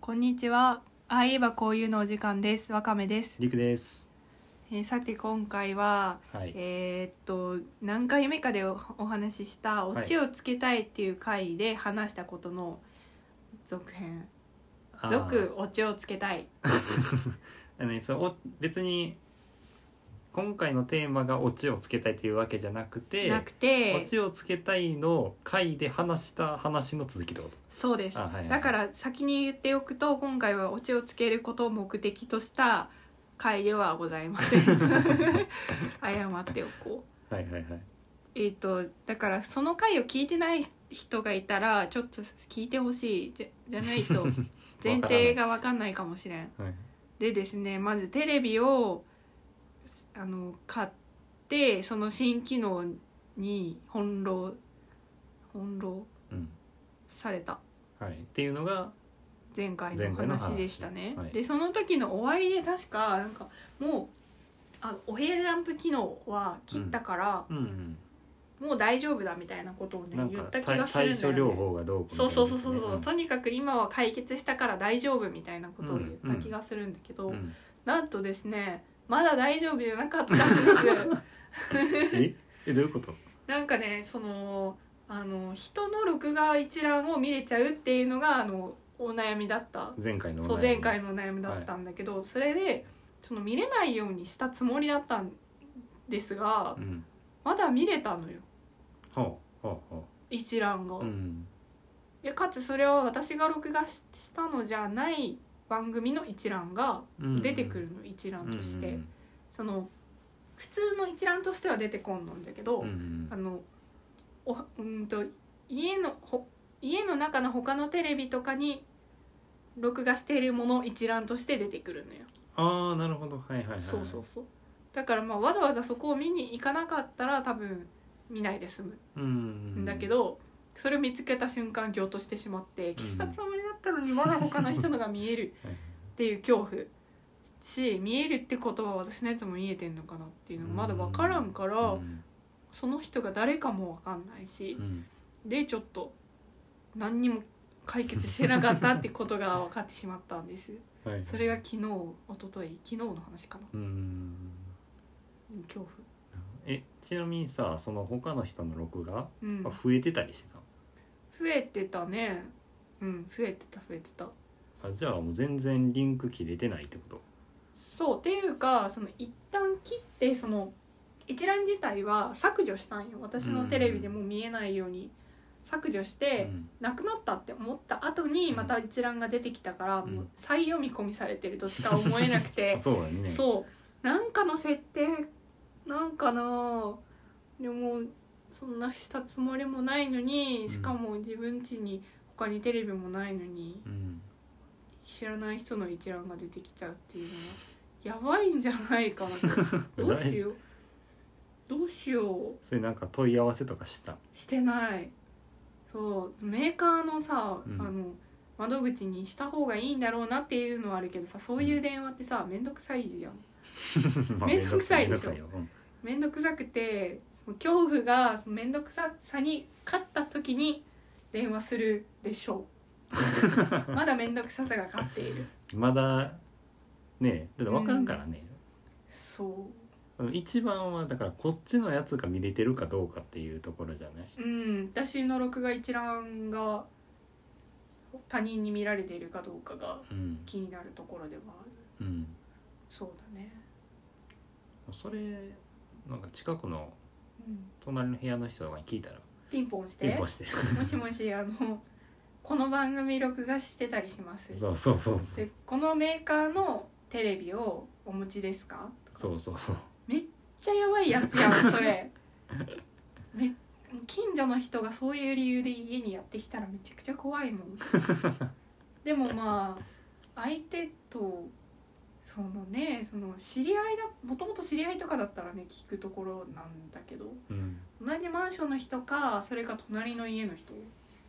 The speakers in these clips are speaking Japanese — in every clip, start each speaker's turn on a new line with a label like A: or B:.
A: こんにちは。ああ言えばこういうのお時間です。わかめです。
B: りくです
A: えーさて今回は、
B: はい
A: えーっと何回目かでおお話ししたオチをつけたいっていう回で話したことの続編。
B: あー
A: 続オチをつけたい。
B: あのねそうお別に今回のテーマがオチをつけたいというわけじゃなくて
A: なく
B: オ
A: て、
B: チをつけたいの回で話した話の続きってこと
A: そうです。
B: あはいはい
A: だから先に言っておくと今回はオチをつけることを目的とした回ではございま せん。謝っておこう。
B: はいはいはい
A: えっとだからその回を聞いてない人がいたらちょっと聞いてほしいじゃじゃない と前提が分かんないかもしれん。
B: はい
A: でですねまずテレビをあの買ってその新機能に翻弄翻弄
B: うん
A: された
B: はいっていうのが
A: 前回
B: 前
A: の
B: 回の
A: 話
B: 話
A: でしたね。
B: はい
A: でその時の終わりで確かなんかもうあお部屋ジャンプ機能は切ったから、
B: うんうん
A: もう大丈夫だみたいなことをね
B: なん
A: 言っ
B: か
A: た
B: 対
A: 気がするん
B: 対
A: だ
B: 処
A: よね。
B: 療法がどうこ
A: そうそうそうそう、
B: う
A: とにかく今は解決したから大丈夫みたいなことを言った気がするんだけど、
B: んうん
A: なんとですねまだ大丈夫じゃなかったんです
B: ええどういうこと
A: なんかねそのあの人の録画一覧を見れちゃうっていうのがあのお悩みだった
B: 前回のお悩み
A: そう前回のお悩みだったんだけど、それでその見れないようにしたつもりだったんですが
B: うん
A: まだ見れたのよ
B: ほうほうほ
A: 一覧が。
B: ううん
A: でかつそれは私が録画ししたのじゃない番組の一覧が
B: うん
A: 出てくるの一覧として、
B: うん
A: その普通の一覧としては出てこんのんだけど、
B: うんうん
A: あのおうんと家のほ家の中の他のテレビとかに録画しているもの一覧として出てくるのよ、
B: ああなるほどはいはいはい
A: そうそうそうだからまあわざわざそこを見に行かなかったら多分見ないで済む
B: うん
A: だけど、それを見つけた瞬間ぎょっとしてしまって消したつもりだったのにまだ他の人のが見える
B: はい
A: っていう恐怖し見えるってことは私のやつも見えてんのかなっていうのがまだ分からんから、
B: うん
A: その人が誰かも分かんないし
B: う、ん
A: でちょっと何にも解決してなかったってことが分かってしまったん です
B: はい
A: それが昨日一昨日昨日の話かな
B: うん
A: 恐怖
B: えちなみにさその他の人の録画は
A: うん増
B: 増えてたりしてたの、
A: えてたねうん増えてた増えてた
B: あじゃあもう全然リンク切れてないってこと
A: そうっていうかその一旦切ってその一覧自体は削除したんよ私のテレビでも見えないように削除して、
B: うん
A: なくなったって思った後に
B: うん
A: また一覧が出てきたから、
B: うん
A: もう再読み込みされてるとしか思えなくて
B: あ、 そうだね
A: そうなんかの設定なんかなでもそんなしたつもりもないのにしかも自分家に他にテレビもないのに。
B: うん、
A: 知らない人の一覧が出てきちゃうっていうのはやばいんじゃないかなどうしようどうしよ
B: それなんか問い合わせとかし た
A: うしてないそうメーカーのさ、
B: うん
A: あの窓口にした方がいいんだろうなっていうのはあるけどさそういう電話ってさ面倒くさいじゃん
B: ま
A: めんどくさいでしょ
B: めんどくさいよ
A: 面倒くさくてその恐怖がその面倒くささに勝った時に電話するでしょうまだ面倒くささが勝っている
B: うんまだねだって分からんからね、
A: そう
B: 一番はだからこっちのやつが見れてるかどうかっていうところじゃない
A: うん私の録画一覧が他人に見られているかどうかが
B: うん
A: 気になるところではある
B: うん
A: そうだね
B: それなんか近くの
A: うん
B: 隣の部屋の人とかに聞いたら
A: ピンポンして
B: ピンポンして
A: もしもしあのこの番組録画してたりします
B: そうそうそうそう
A: でこのメーカーのテレビをお持ちですか
B: そうそうそう
A: めっちゃやばいやつやんそ れめ近所の人がそういう理由で家にやってきたらめちゃくちゃ怖 いもんでもまあ相手とそのねその知り合いだもともと知り合いとかだったらね聞くところなんだけど
B: うん
A: 同じマンションの人かそれか隣の家の人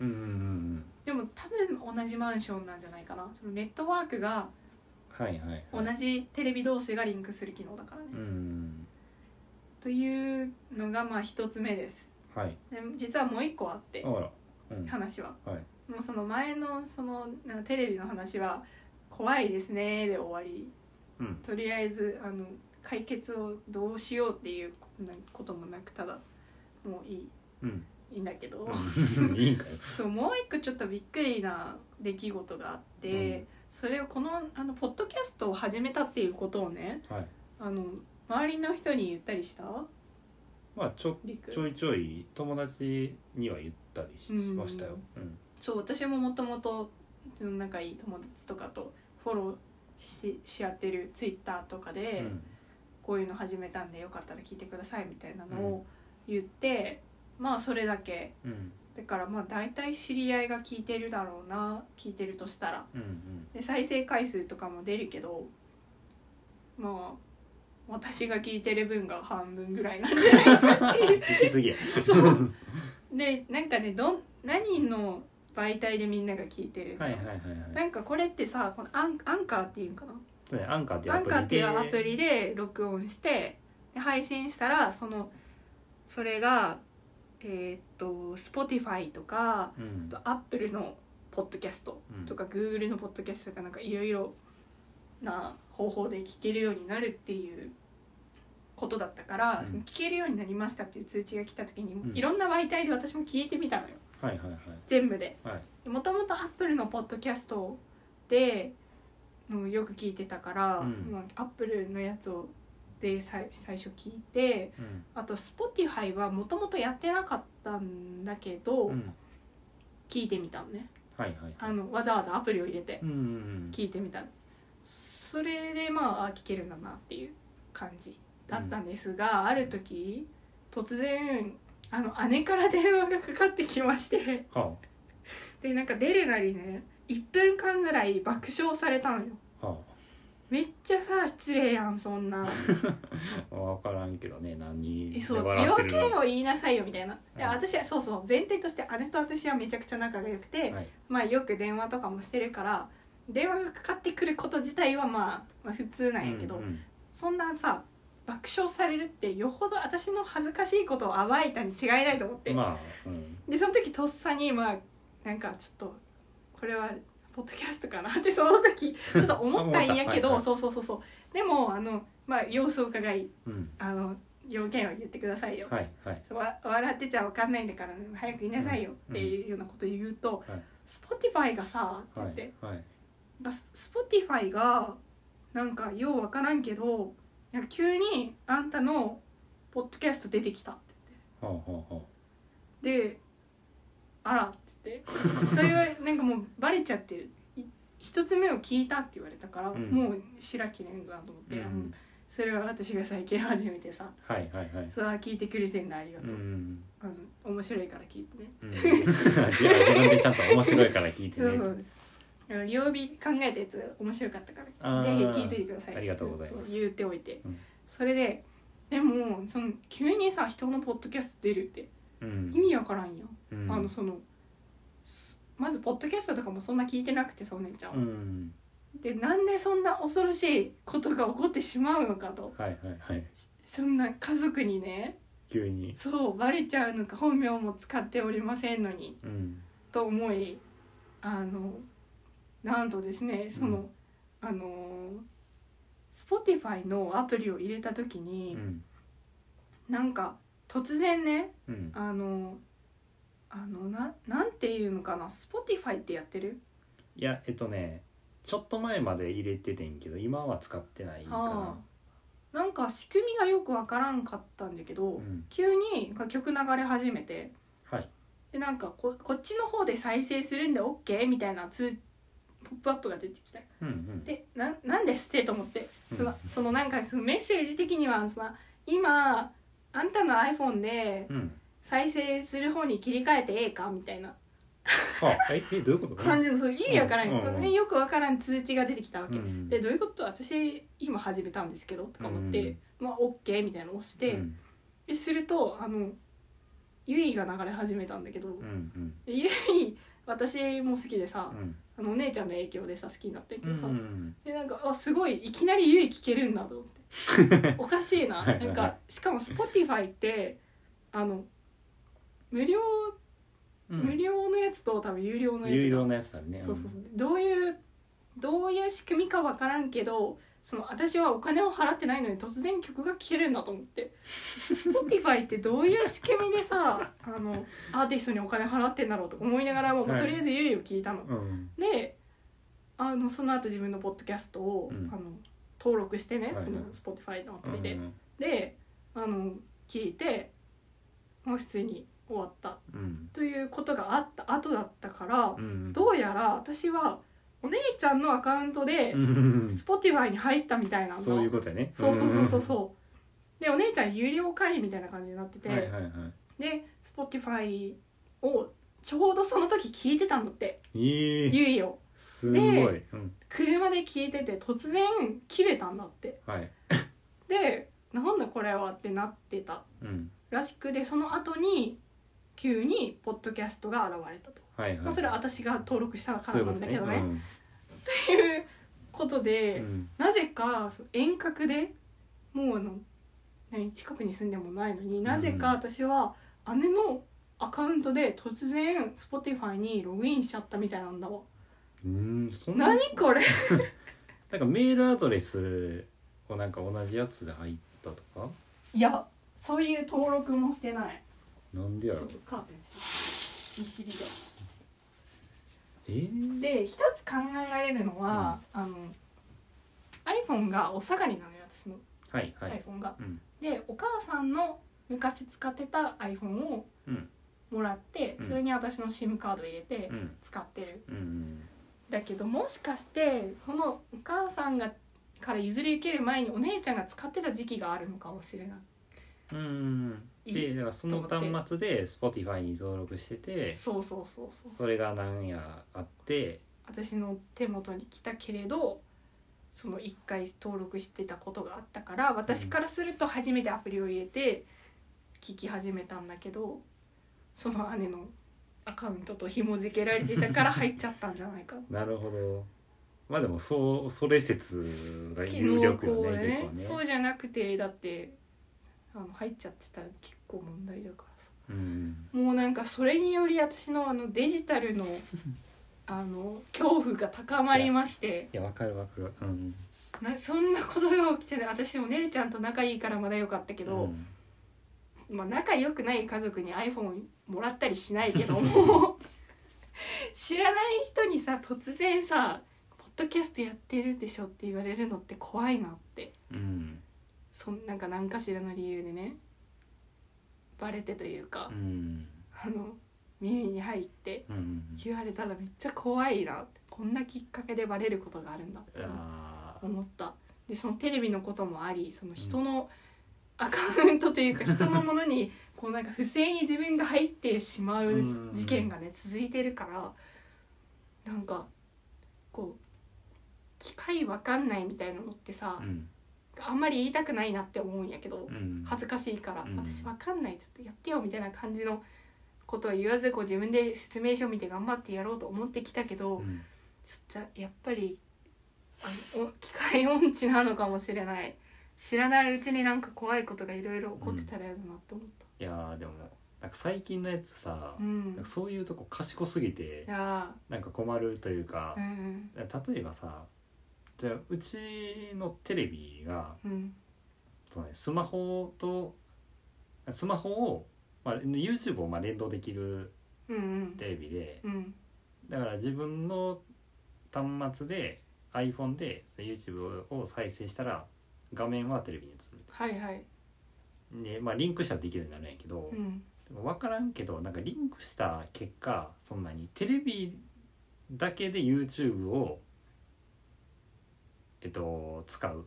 B: うんうんうんうん
A: でも多分同じマンションなんじゃないかなそのネットワークが
B: はいはい、はい、
A: 同じテレビ同士がリンクする機能だからね、
B: うん
A: というのがまあ一つ目です
B: はい
A: で実はもう一個あって
B: あら、うん、
A: 話は、
B: はい
A: もうその前のそのなんかテレビの話は「怖いですね」で終わり
B: うん
A: とりあえずあの解決をどうしようっていうこともなくただもういい
B: うん
A: いいんだけど、
B: うんいいんかよ
A: そうもう一個ちょっとびっくりな出来事があって、
B: うん
A: それをこのあのポッドキャストを始めたっていうことをね
B: はい
A: あの周りの人に言ったりした
B: まあちょ
A: りく
B: ちょいちょい友達には言ったりしましたよ、うん
A: そう私ももともと仲いい友達とかとフォローしし合ってるツイッターとかで、
B: うん
A: こういうの始めたんでよかったら聞いてくださいみたいなのを言って、まあそれだけ
B: うん
A: だからまあ大体知り合いが聞いてるだろうな聞いてるとしたら
B: うんうん
A: で再生回数とかも出るけどまあ私が聞いてる分が半分ぐらいなん じゃないかなっていう
B: 行き過ぎや
A: そうでなんかねどん何の媒体でみんなが聞いてるの
B: はいはいはいは
A: ないんかこれってさこのアンアンカーっていうんか
B: そうねアンカーっていう
A: なア
B: ア
A: ン
B: プ
A: カーっ
B: リ
A: てい
B: で
A: うアプリで録音してで配信したらそのそれがえーっと Spotify とか
B: うん
A: あと Apple のポッドキャストとか Google のポッドキャストとかなんかいろいろな方法で聞けるようになるっていうことだったから、
B: うん
A: その聞けるようになりましたっていう通知が来た時に、
B: ん
A: いろんな媒体で私も聞いてみたのよ
B: はいはいはい
A: 全部で
B: はい
A: もともと Apple のポッドキャストでもうよく聞いてたから、
B: うん
A: まあ、Apple のやつをで最最初聞いて
B: うん
A: あと Spotify はもともとやってなかったんだけど、
B: うん
A: 聞いてみたのね
B: はいはい
A: あのわざわざアプリを入れて
B: うんうんうん
A: 聞いてみたのそれでまああ聞けるんだなっていう感じだったんですが、ある時突然あの姉から電話がかかってきまして
B: は
A: でなんか出るなりね1分間ぐらい爆笑されたのよ
B: あは
A: めっちゃさ失礼やんそん な
B: あ分からん けどね何
A: え
B: で
A: そう
B: 笑
A: 要
B: ってるの
A: 件を言いなさいよみたいな、で
B: うん
A: 私はそうそう前提として姉と私はめちゃくちゃ仲が良くて、
B: はい
A: まあよく電話とかもしてるから電話がかかってくること自体はまあ、まあ、普通なんやけど、
B: うんうん
A: そんなさ爆笑されるってよほど私の恥ずかしいことを暴いたに違いないと思って、
B: まあうん
A: でその時とっさにまあなんかちょっとこれはポッドキャストかなってそ の時ちょっと思ったんやけど、
B: 思ったはいはい
A: そうそうそうそうでもあのまあ様子を伺い
B: うん
A: あの要件を言ってくださいよ、
B: はいはい
A: そうわ笑ってちゃ分かんないんだから、早く言いなさいよっていうようなこと言うと
B: うんはい
A: 「Spotify、がさ」って
B: は
A: 言って、
B: いはい
A: なんかス Spotify がなんかようわからんけどなんか急にあんたのポッドキャスト出てきたって
B: はあはあは
A: 言ってで「あら」って言ってそれはなんかもうバレちゃってるい一つ目を聞いたって言われたから、
B: うん
A: もう白きれんだと思っ
B: あう
A: て、あの
B: ん
A: それは私が最近初めてさ
B: はいはいはい
A: それは聞いてくれてんだありが
B: う
A: とう、
B: ん
A: あの面白いから聞いてね
B: うんいや自分でちゃんと面白いから聞いて
A: そう
B: ね
A: そうあの曜日考えたやつ面白かったか
B: あ
A: ら
B: ー
A: ぜひ聞いといてください
B: ありがとうございます
A: そう言っておいて、
B: うん
A: それででもその急にさ人のポッドキャスト出るって
B: うん
A: 意味わからんや、
B: うん
A: ん、あのそのすまずポッドキャストとかもそんな聞いてなくてさお姉ちゃんは、
B: うん
A: でなんでそんな恐ろしいことが起こってしまうのかと
B: はいはいはい
A: そんな家族にね
B: 急に
A: そうバレちゃうのか本名も使っておりませんのに
B: うん
A: と思いあのなんとですねその、
B: うん
A: あの Spotify のアプリを入れた時
B: う
A: に、
B: ん
A: なんか突然ね
B: うん
A: あのあのななんていうのかな Spotify ってやってる
B: いやえっとねちょっと前まで入れててんけど今は使ってないか
A: あ
B: な
A: あなんか仕組みがよくわからんかったんだけど、
B: うん
A: 急に曲流れ始めて
B: はい
A: でなんかここっちの方で再生するんで OK みたいな通ポップアップが出てきた
B: うんうん
A: でななんですってと思って
B: うん
A: そのそのなんかそのメッセージ的にはその今あんたの iPhone で
B: うん
A: 再生する方に切り替えてええかみたいな
B: はあええどういうこと
A: 感じのそういう意味わからん、
B: うんうん
A: それによくわからん通知が出てきたわ
B: う
A: け、
B: ん
A: でどういうこと私今始めたんですけどとか思って、まあ OK みたいなのを押して、
B: うん
A: でするとあのゆいが流れ始めたんだけど、
B: うんうん
A: でゆい私も好きでさ
B: う、ん
A: あのお姉ちゃんの影響でさ好きになってんけ
B: う
A: ど
B: ん
A: さ、
B: うん
A: でなんかあすごいいきなりゆい聞けるんだと思って おかしいな
B: はいはいはい
A: なんかしかも Spotify ってあの無料、
B: うん
A: 無料のやつつと多分有料のやつが
B: 有料のやつあるね
A: そうそうそうどういうどういう仕組みか分からんけどその私はお金を払ってないのに突然曲が聴けるんだと思って Spotify ってどういう仕組みで さあのアーティストにお金払ってんだろうとか思いながらも、まあ
B: は
A: と
B: い
A: りあえずゆいを聞いたの。
B: うん、うん
A: であのその後自分のポッドキャストを、
B: うん
A: あの登録してね、
B: はいはい
A: その Spotify のアプリで。
B: うん
A: であの聞いて、まあ、普通に終わった
B: うん
A: ということがあった後だったから。
B: うん
A: どうやら私はお姉ちゃんのアカウントで
B: うん
A: Spotify に入ったみたいなの
B: そういうことやね
A: そうそうそうそうそうでお姉ちゃん有料会員みたいな感じになってて、
B: うんはいはいはい
A: で Spotify をちょうどその時聞いてたんだって
B: ええ
A: ゆいを
B: すごい、うん、
A: 車で聞いてて突然切れたんだって
B: はい、
A: でなんだこれはってなってた
B: うん、
A: らしくでその後に急にポッドキャストが現れたと、
B: はいはい、
A: まあ、それは私が登録したか
B: そうい
A: ら
B: う
A: な
B: こ
A: んだ
B: とね
A: けどね
B: うん
A: っていうことで、
B: うん
A: なぜかその遠隔でもうあの何近くに住んでもないのになぜか私は姉のアカウントで突然 Spotify にログインしちゃったみたいなんだわ
B: うん、そんな
A: 何これ
B: なんかメールアドレスをなんか同じやつで入ったとか
A: いやそういう登録もしてない
B: なんでや
A: ちょ
B: ろ
A: っ
B: う
A: とカーテンしていしり
B: えー、
A: でで一つ考えられるのは、あの iPhone がお下がりなのよ私の
B: はいはい、
A: iPhone が、
B: うん
A: でお母さんの昔使ってた iPhone を
B: うん
A: もらって
B: うん
A: それに私の SIM カード入れて
B: うん
A: 使ってる、
B: うん
A: だけどもしかしてそのお母さんがから譲り受ける前にお姉ちゃんが使ってた時期があるのかもしれない
B: うんうん
A: い
B: でだからその端末で Spotify に登録してて
A: そうそうそうそう
B: それがなんやあって
A: 私の手元に来たけれどその1回登録してたことがあったから私からすると初めてアプリを入れて聞き始めたんだけどその姉のアカウントと紐付けられてたから入っちゃったんじゃないか
B: なるほどまあでもそうそれ説が有
A: 昨
B: 力
A: 日こ
B: よ
A: う
B: ね
A: ね
B: 結構
A: そ
B: ね
A: うじゃなくてだってあの入っちゃってたら結構問題だからさ
B: うん
A: もうなんかそれにより私のあのデジタル のあの恐怖が高まりまして
B: いやわかるわかるうん
A: なそんなことが起きてない私お姉ちゃんと仲いいからまだ良かったけ
B: う
A: ど、
B: ん
A: まあ、仲良くない家族に iPhone もらったりしないけ ども知らない人にさ突然さ「ポッドキャストやってるでしょ」って言われるのって怖いなって
B: うん
A: そんなんか何かしらの理由でねバレてというか
B: う、ん
A: あの耳に入って
B: うん
A: 言われたらめっちゃ怖いなってこんなきっかけでバレることがあるんだって
B: あー
A: 思ったでそのテレビのこともありその人のアカウントと いうか人のものにこうなんか不正に自分が入ってしまう事件がね続いてるからなんかこう機械わかんないみたいなのってさ
B: うん
A: あんまり言いたくないなって思うんやけど
B: うん
A: 恥ずかしいから、
B: うん
A: 私わかんないちょっとやってよみたいな感じのことは言わずこう自分で説明書を見て頑張ってやろうと思ってきたけど、
B: うん
A: ちょっとやっぱりあのお機械音痴なのかもしれない知らないうちになんか怖いことがいろいろ起こってたらやだなって思っ
B: いやーでもなんか最近のやつさ、
A: たうん、
B: なん
A: い
B: かそういうとこ賢すぎて
A: や
B: なんか困るというか
A: ーう、ん
B: 例えばさじゃあうちのテレビが
A: うんうん
B: そのねスマホとスマホを、まあ、YouTube をまあ連動できる
A: うんうん
B: テレビで
A: うん
B: だから自分の端末で iPhone でその YouTube を再生したら画面はテレビに映る
A: はいはい
B: みたいなで、まあ、リンクしたらできるようになるんやけど、
A: うん
B: 分からんけどなんかリンクした結果そんなにテレビだけで YouTube をえっと使
A: う
B: う、
A: ん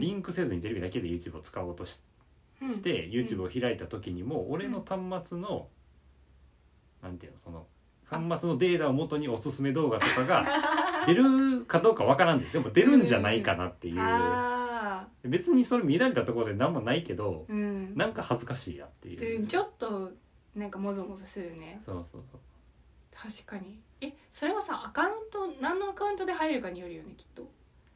B: リンクせずにテレビだけで YouTube を使おうとし,、
A: うん
B: て YouTube を開いた時にも俺の端末の、なんていうのその端末のデータを元におすすめ動画と かが出るかどうか分からんででも出るんじゃないかなっていう、
A: ああ
B: 別にそれ見られたところで何もないけど、
A: うん
B: なんか恥ずかしいやっていう。
A: でちょっとなんかもぞもぞするね
B: そうそうそう
A: 確かにえそれはさアカウント何のアカウントで入るかによるよねきっと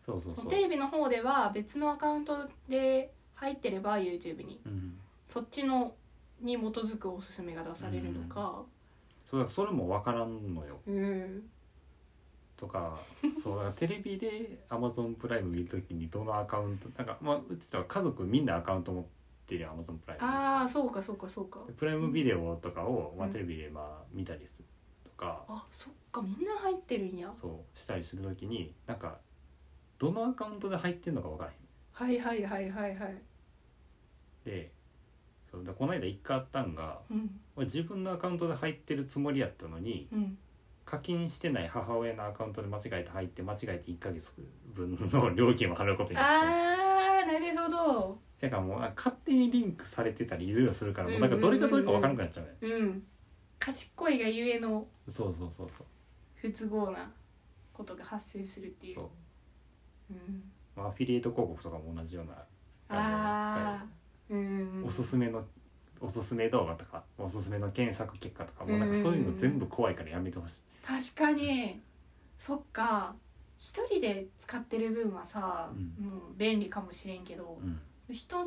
B: そうそう
A: そ
B: そう
A: のテレビの方では別のアカウントで入ってれば YouTube に
B: うん
A: そっちのに基づくおすすめが出されるのか、
B: そうだからそれも分からんのよ
A: うん
B: とかそうだからテレビで Amazon プライム見るときにどのアカウントなんかまあうちは家族みんなアカウント持ってる Amazon プライム
A: ああそうかそうかそうか
B: でプライムビデオとかを、まあ、
A: うん
B: テレビでまあ見たりするとか、
A: あそっかみんな入ってるんや
B: そうしたりするときになんかどのアカウントで入ってんのか分からへん
A: はいはいはいはいはい
B: でそうだこの間一回あったんが
A: うん
B: 俺自分のアカウントで入ってるつもりやったのに
A: うん
B: 課金してない母親のアカウントで間違えて入って間違えて1ヶ月分の料金を払うことになってしまう
A: ああなるほど
B: だからもうあ勝手にリンクされてたりいろいろするからもうなんか
A: うんうん
B: ど
A: うんう
B: れ
A: ん
B: がどれか分からなくなっちゃうね、
A: うん賢いがゆえの
B: そうそうそうそう
A: 不都合なことが発生するっていう
B: そう、
A: うん、
B: まあ、アフィリエイト広告とかも同じような
A: ああうん
B: おすすめのおすすめ動画とかおすすめの検索結果とかもうなんかそういうの全部怖いからやめてほしい、
A: 確かにそっか一人で使ってる分はさ、
B: う
A: もう便利かもしれんけど
B: う、ん
A: 人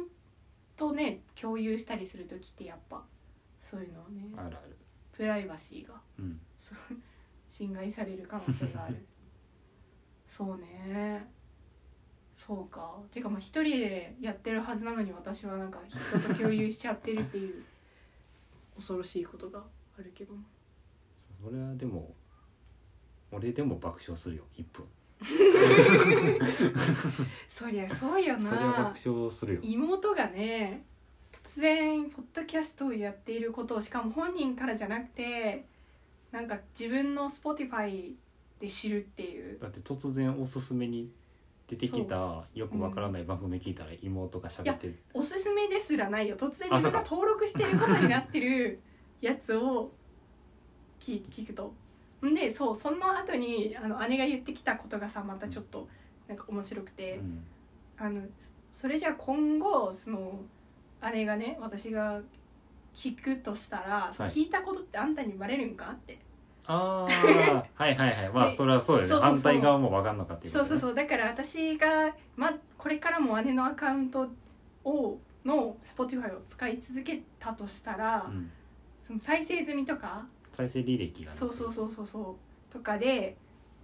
A: とね共有したりする時ってやっぱそういうのをね
B: あるある
A: プライバシーが
B: うん
A: そう侵害される可能性があ るそうねそうかてかまあ一人でやってるはずなのに私はなんか人と共有しちゃってるっていう 恐ろしいことがあるけども
B: それはでも俺でも爆笑するよ1分
A: そりゃそうよ
B: それは
A: な
B: 爆笑するよ
A: 妹がね突然ポッドキャストをやっていることをしかも本人からじゃなくてなんか自分の Spotify で知るっていう
B: だって突然おすすめに出てきたよくわからない番組聞いたら妹が喋ってる、
A: おすすめですらないよ突然
B: あ
A: 自
B: そ
A: 分
B: うか
A: が登録してることになってるやつを聞聞くとんでそうその後にあの姉が言ってきたことがさまたちょっとなんか面白くて、
B: うん
A: あのそそれじゃあ今後その姉がね私が聞くとしたら、
B: はい
A: 聞いたことってあんたにバレるんかって
B: あ あはいはいはいまあ
A: で
B: それはそうだよ
A: そうそうそう
B: ね反対側もわかんのかっていうこ
A: そう
B: と
A: そうそ
B: ね
A: うだから私が、ま、これからも姉のアカウントをの Spotify を使い続けたとしたら、
B: うん
A: その再生済みとか
B: 再生履歴がね
A: そうそうそうそうそうとかで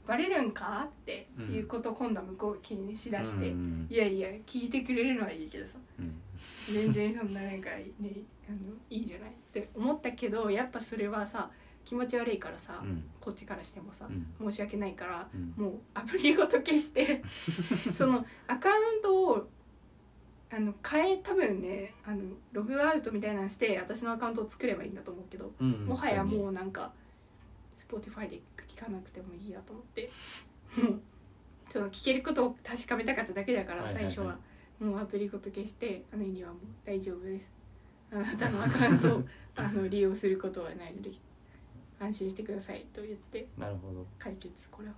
A: バレるんかっていうことを今度は向こうが気にしだして、
B: うん
A: いやいや聞いてくれるのはいいけどさ
B: うん
A: 全然そんななんかねあのいいじゃないって思ったけどやっぱそれはさ気持ち悪いからさ、
B: うん
A: こっちからしてもさ
B: う、ん
A: 申し訳ないから
B: うん
A: もうアプリごと消して そのアカウントをあの変え多分ねあのログアウトみたいなのして私のアカウントを作ればいいんだと思うけど、
B: うん
A: もはや
B: そうね
A: もうなんか Spotify で聞かなくてもいいやと思 ってもうその聞けることを確かめたかっただけだから
B: はいはい
A: 最
B: はい
A: 初は,、もうアプリごと消して姉にはもう大丈夫ですあなたのアカウント をあの利用することはないので安心してくださいと言って
B: なるほど、
A: 解決これは。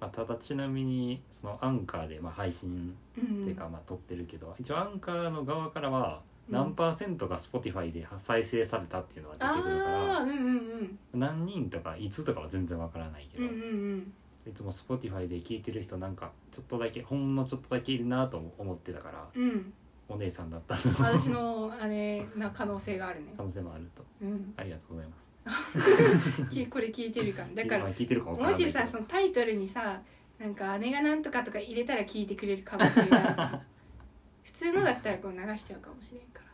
B: まあ、ただちなみにそのアンカーでまあ配信
A: うん
B: っていうかまあ撮ってるけど、一応アンカーの側からは
A: うん
B: 何パーセントが Spotify で再生されたっていうのは出てくるから
A: ああ、うんうんうん
B: 何人とかいつとかは全然わからないけ
A: うん
B: ど、
A: うんうん
B: いつも Spotify で聞いてる人なんかちょっとだけほんのちょっとだけいるなと思ってたから
A: うん
B: お姉さんだった
A: 私の姉な可能性があるね
B: 可能性もあると
A: うん
B: ありがとうございます
A: きこれ聞いてるかもだから
B: まあ聞いてるかわから
A: も
B: ないけ
A: し
B: ど
A: さそのタイトルにさなんか姉がなんとかとか入れたら聞いてくれる可能性があ る普通のだったらこう流しちゃうかもしれんから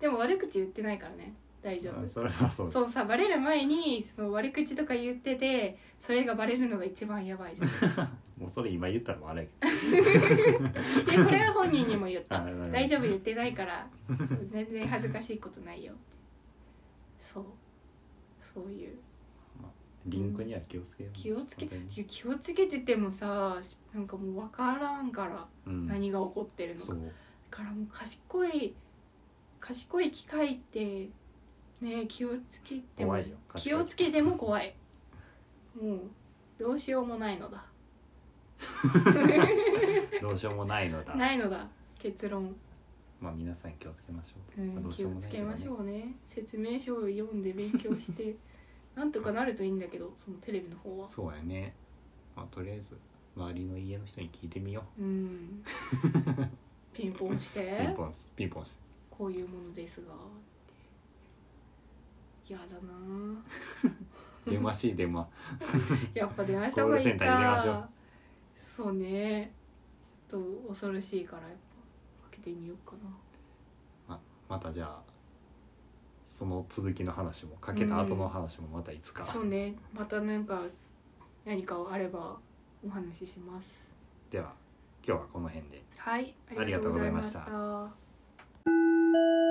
A: でも悪口言ってないからね大丈
B: うん
A: 夫
B: それはそうです
A: そのさバレる前にその悪口とか言っててそれがバレるのが一番やばいじゃん
B: もうそれ今言ったらもうあれやけ
A: でこれは本人にも言っ
B: どあ
A: た
B: なるほど
A: 大丈夫言ってないからそう全然恥ずかしいことないよそうそういう
B: リンクには気をつけよう
A: 気をつけ
B: 本当に
A: 気をつけててもさなんかもう分からんから
B: うん
A: 何が起こってるのか、
B: そう
A: だからもう賢い賢い機械ってね気をつけても
B: 怖いよ賢い
A: 気をつけても怖 いもうどうしようもないのだ
B: どうしようもないのだ
A: ないのだ結論、
B: まあ皆さん気をつけましょう
A: う
B: と、まあ
A: ん、
B: どうし
A: 気
B: よ
A: を
B: うもな
A: つ
B: い
A: けまし
B: う
A: ょうね説明書を読んで勉強して なんとかなるといいんだけどそのテレビの方は
B: そうやねまあとりあえず周りの家の人に聞いてみよ
A: うん ピンポンし
B: うピン
A: て
B: ポンしピンポンして
A: こういうものですが嫌だな
B: 出ましい出ま
A: やっぱ電話した方がいい
B: コールセンターに電話しよ
A: かそうねちょっと恐ろしいからやっぱかけてみようかな
B: またじゃあその続きの話もかけた後の話もまたいつか、
A: そうねまたなんか何かあればお話しします
B: では今日はこの辺で
A: はい
B: ありがとうございました
A: ありがとうございました